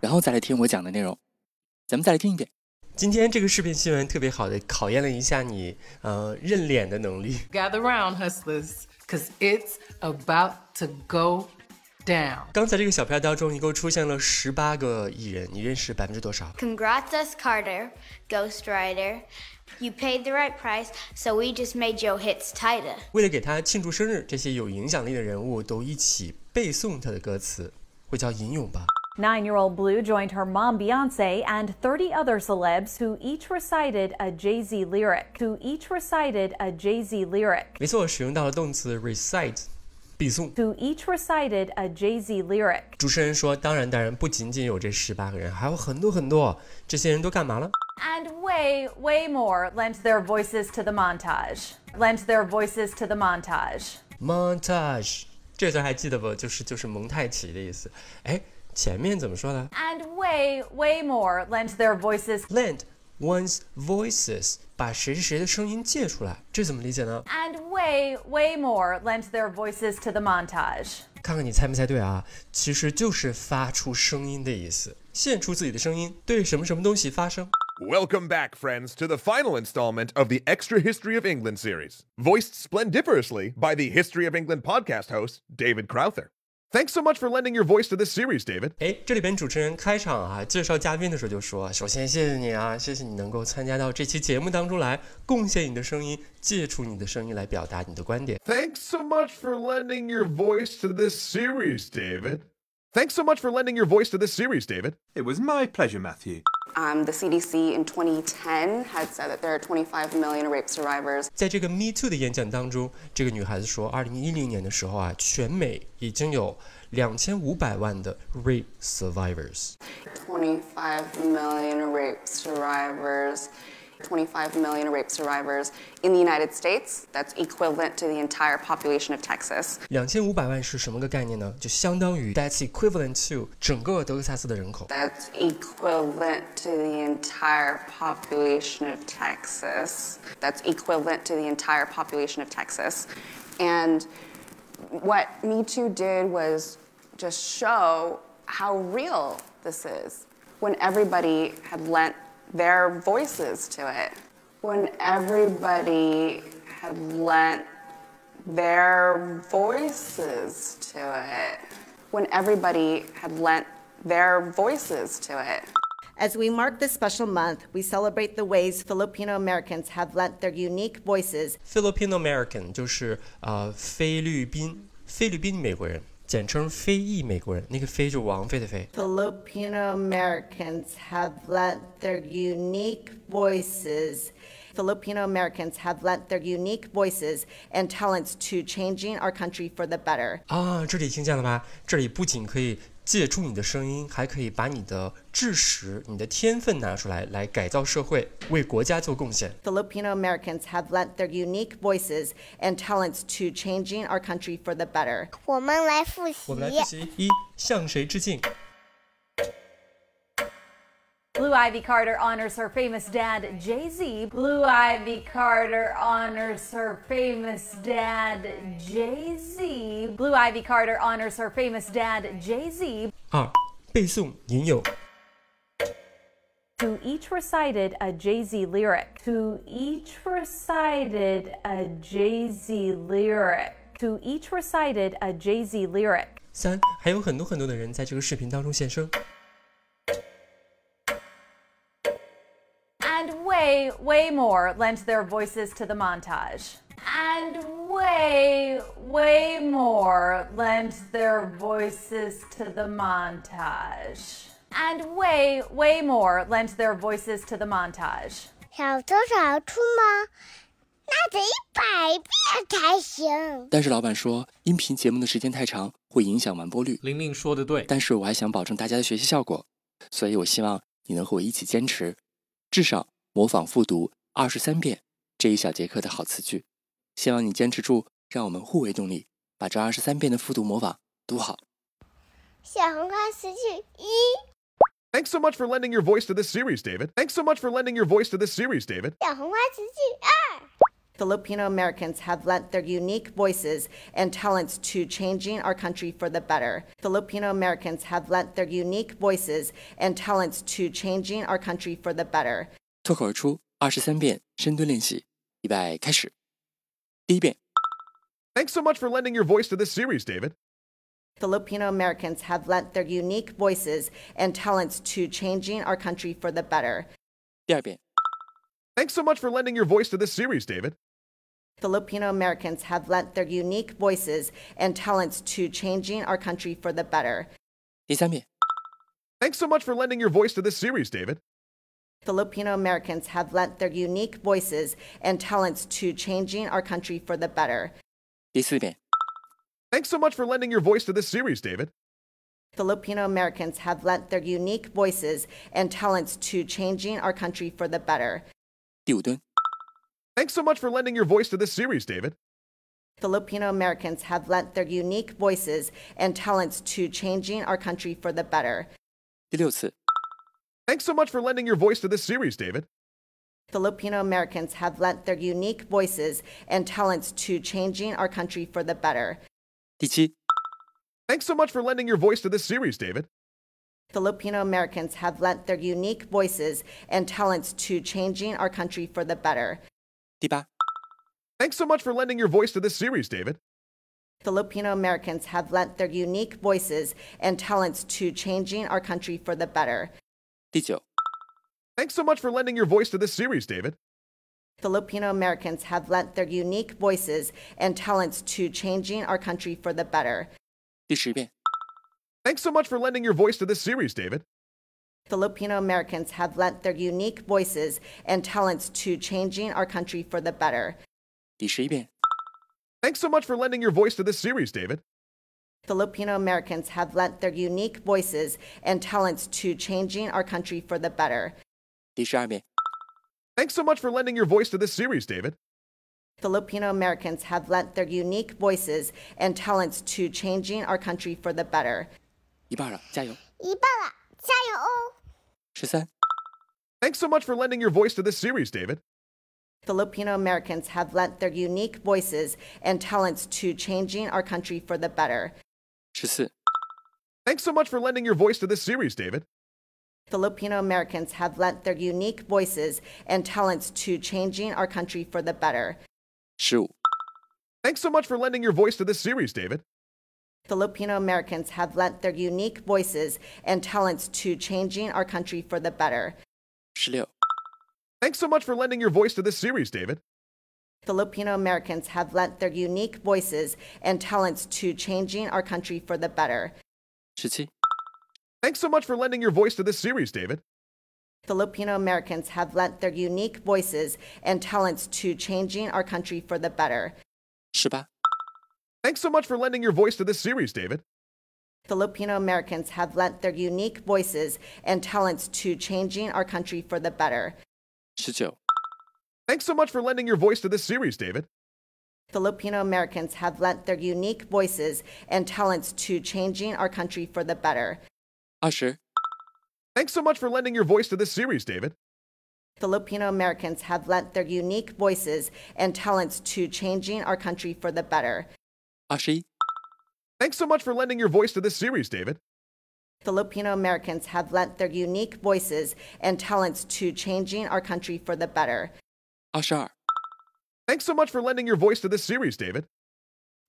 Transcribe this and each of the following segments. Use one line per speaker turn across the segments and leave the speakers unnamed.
然后再来听我讲的内容。咱们再来听一遍。
今天这个视频新闻特别好的考验了一下你呃认脸的能力。
Gather round, hustlers, because it's about to go down.
刚才这个小片当中一共出现了十八个艺人，你认识百分之多少？
Congrats, us Carter, Ghost Rider. You paid the right price, so we just made your hits tighter.
为了给他庆祝生日，这些有影响力的人物都一起背诵他的歌词，会叫吟咏吧？
Nine year old Blue joined her mom, Beyonce, and 30 other celebs who each recited a Jay Z lyric. Who each recited a Jay Z lyric.
没错，使用到了动词 recite，背诵。
Who each recited a Jay Z lyric.
主持人说：“当然，当然，不仅仅有这十八个人，还有很多很多。这些人都干嘛了？
And way, way more lent their voices to the montage. Lent their voices to the montage.
montage 这个词儿还记得不？就是就是蒙太奇的意思。哎，前面怎么说的
And way, way more lent their voices.
？Lend one's voices，把谁谁谁的声音借出来，这怎么理解呢？
And way, way more lent their voices to the montage.
看看你猜没猜对啊？其实就是发出声音的意思，献出自己的声音，对什么什么东西发声。
Welcome back, friends, to the final installment of the Extra History of England series, voiced splendiferously by the History of England podcast host, David Crowther. Thanks so much for lending your voice to this series, David.
哎，这里边主持人开场啊，介绍嘉宾的时候就说：“首先谢谢你啊，谢谢你能够参加到这期节目当中来，贡献你的声音，借出你的声音来表达你的观点。
Thanks so much for lending your voice to this series, David. Thanks so much for lending your voice to this series, David.
It was my pleasure, Matthew.
Um, the CDC in 2010 had said that there are 25 million rape survivors. ”
在这个 Me Too 的演讲当中，这个女孩子说，二零一零年的时候啊，全美已经有两千五百万的 rape survivors。
25 million rape survivors. 25 million rape survivors in the United States. That's equivalent to the entire population of Texas.
两千五百万是什么个概念呢？就相当于 That's equivalent to 整个德克萨斯的人口。
That's equivalent to the entire population of Texas. That's equivalent to the entire population of Texas. And what Me Too did was just show how real this is when everybody had lent their voices to it, when everybody had lent their voices to it, when everybody had lent their voices to it.
As we mark this special month, we celebrate the ways Filipino Americans have lent their unique voices
Filipino American 就是呃菲律宾菲律宾美国人，简称非裔美国人。那个“非”就是王菲的“菲
Filipino Americans have lent their unique voices. Filipino Americans have lent their unique voices and talents to changing our country for the better. ”
啊，这里听见了吧？这里不仅可以借助你的声音，还可以把你的知识、你的天分拿出来，来改造社会，为国家做贡献。
Filipino Americans have lent their unique voices and talents to changing our country for the better.
我们来复习。
我们来复习：一、向谁致敬？
Blue Ivy Carter honors her famous dad, Jay Z. Blue Ivy Carter honors her famous dad, Jay Z. Blue Ivy Carter honors her famous dad, Jay Z,
二、背诵吟咏。
who each recited a Jay Z lyric. Who each recited a Jay Z lyric. Who each recited a Jay Z lyric.
三，还有很多很多的人在这个视频当中现身。
And way, way more lent their voices to the montage. And way, way more lent their voices to the montage. And way, way more lent their voices to the montage.
小多少出吗？那得一百遍才行。
但是老板说，音频节目的时间太长，会影响完播率。
玲玲说的对，
但是我还想保证大家的学习效果，所以我希望你能和我一起坚持，至少模仿复读二十三遍这一小节课的好词句。希望你坚持住，让我们互为动力，把这二十三遍的复读模仿读好。
小红花词句一，
Thanks so much for lending your voice to this series, David. Thanks so much for lending your voice to this series, David.
小红花词句二，
Filipino Americans have lent their unique voices and talents to changing our country for the better. Filipino Americans have lent their unique voices and talents to changing our country for the better.
脱口而出二十三遍深蹲练习，预备开始。第一遍，
Thanks so much for lending your voice to this series, David.
Filipino Americans have lent their unique voices and talents to changing our country for the better.
第二遍，
Thanks so much for lending your voice to this series, David.
Filipino Americans have lent their unique voices and talents to changing our country for the better.
第三遍，
Thanks so much for lending your voice to this series, David.
Filipino Americans have lent their unique voices and talents to changing our country for the better.
第四遍，
Thanks so much for lending your voice to this series, David.
Filipino Americans have lent their unique voices and talents to changing our country for the better.
第五蹲，
Thanks so much for lending your voice to this series, David.
Filipino Americans have lent their unique voices and talents to changing our country for the better.
第六次，
Thanks so much for lending your voice to this series, David.
Filipino Americans have lent their unique voices and talents to changing our country for the better.
第七，
Thanks so much for lending your voice to this series, David.
Filipino Americans have lent their unique voices and talents to changing our country for the better.
第八，
Thanks so much for lending your voice to this series, David.
Filipino Americans have lent their unique voices and talents to changing our country for the better.
第九，
Thanks so much for lending your voice to this series, David.
Filipino Americans have lent their unique voices and talents to changing our country for the better.
第十遍，
Thanks so much for lending your voice to this series, David.
Filipino Americans have lent their unique voices and talents to changing our country for the better.
第十一遍，
Thanks so much for lending your voice to this series, David.
Filipino Americans have lent their unique voices and talents to changing our country for the better.
第十二遍，
Thanks so much for lending your voice to this series, David.
Filipino Americans have lent their unique voices and talents to changing our country for the better.
一半了，加油！
一半了，加油哦！
十三、
Thanks so much for lending your voice to this series, David.
Filipino Americans have lent their unique voices and talents to changing our country for the better.
十四、
Thanks so much for lending your voice to this series, David.
Filipino Americans have lent their unique voices and talents to changing our country for the better.
十五、
Thanks so much for lending your voice to this series, David.
Filipino Americans have lent their unique voices and talents to changing our country for the better.
十六、
Thanks so much for lending your voice to this series, David.
Filipino Americans have lent their unique voices and talents to changing our country for the better.
十七、
Thanks so much for lending your voice to this series, David.
Filipino Americans have lent their unique voices and talents to changing our country for the better.
十八、
Thanks so much for lending your voice to this series, David.
Filipino Americans have lent their unique voices and talents to changing our country for the better.
十九、
Thanks so much for lending your voice to this series, David.
Filipino Americans have lent their unique voices and talents to changing our country for the better.
二十、
Thanks so much for lending your voice to this series, David.
Filipino Americans have lent their unique voices and talents to changing our country for the better.
二十一、
Thanks so much for lending your voice to this series, David.
Filipino Americans have lent their unique voices and talents to changing our country for the better.
二十二、
Thanks so much for lending your voice to this series, David.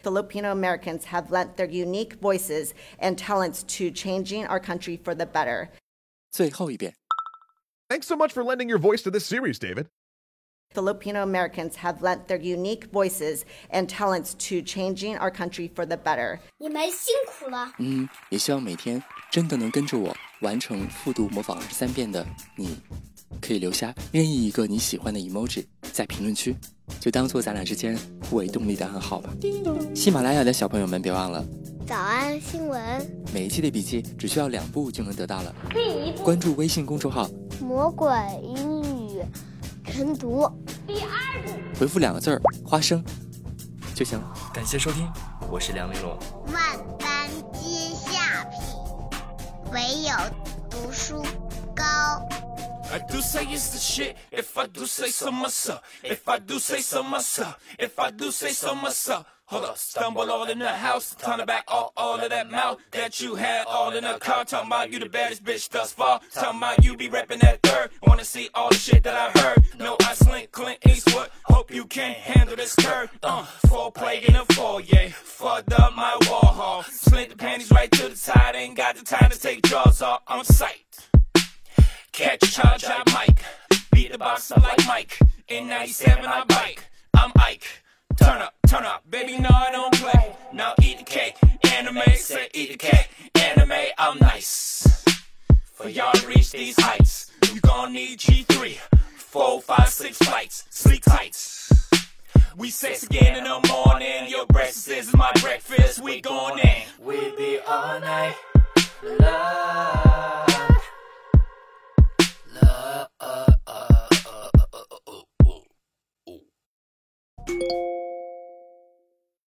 Filipino Americans have lent their unique voices and talents to changing our country for the better.
最后一遍。
Thanks so much for lending your voice to this series, David.
Filipino Americans have lent their unique voices and talents to changing our country for the better.
你们辛苦了，
嗯，也希望每天真的能跟着我完成复读模仿二十三遍的你，可以留下任意一个你喜欢的 emoji 在评论区，就当做咱俩之间互为动力的暗号吧。喜马拉雅的小朋友们，别忘了
早安新闻，
每一期的笔记只需要两步就能得到了。
第一步
关注微信公众号，
魔鬼英语晨读，第二步
回复两个字儿“花生”就行了。感谢收听，我是梁丽罗。
万般皆下品，唯有读书高。
I do say it's the shit. If I do say so myself, if I do say so myself, if I do say so myself. Hold up, stumble all in the house, turn it back all, all of that mouth that you had all in the car. Talking about you the baddest bitch thus far. Talking about you be rapping that third. Wanna see all the shit that I heard. No, I slink Clint Eastwood. Hope you can handle this curve. Uh, full play in the foyer. Fucked up my wall hall. Slink the panties right to the side. Ain't got the time to take jaws off. I'm psyched. Catch charge, I mic. Beat the box up like Mike. In 97, I bike. I'm Ike. Turn up, turn up. Baby, no, I don't play. Now eat the cake. Anime, say eat the cake. Anime, I'm nice. For y'all to reach these heights, you gon' need G3. Four, five, six flights. Sleep tight. We sex again in the morning. Your breakfast is my breakfast. We going in. We be all night. Love.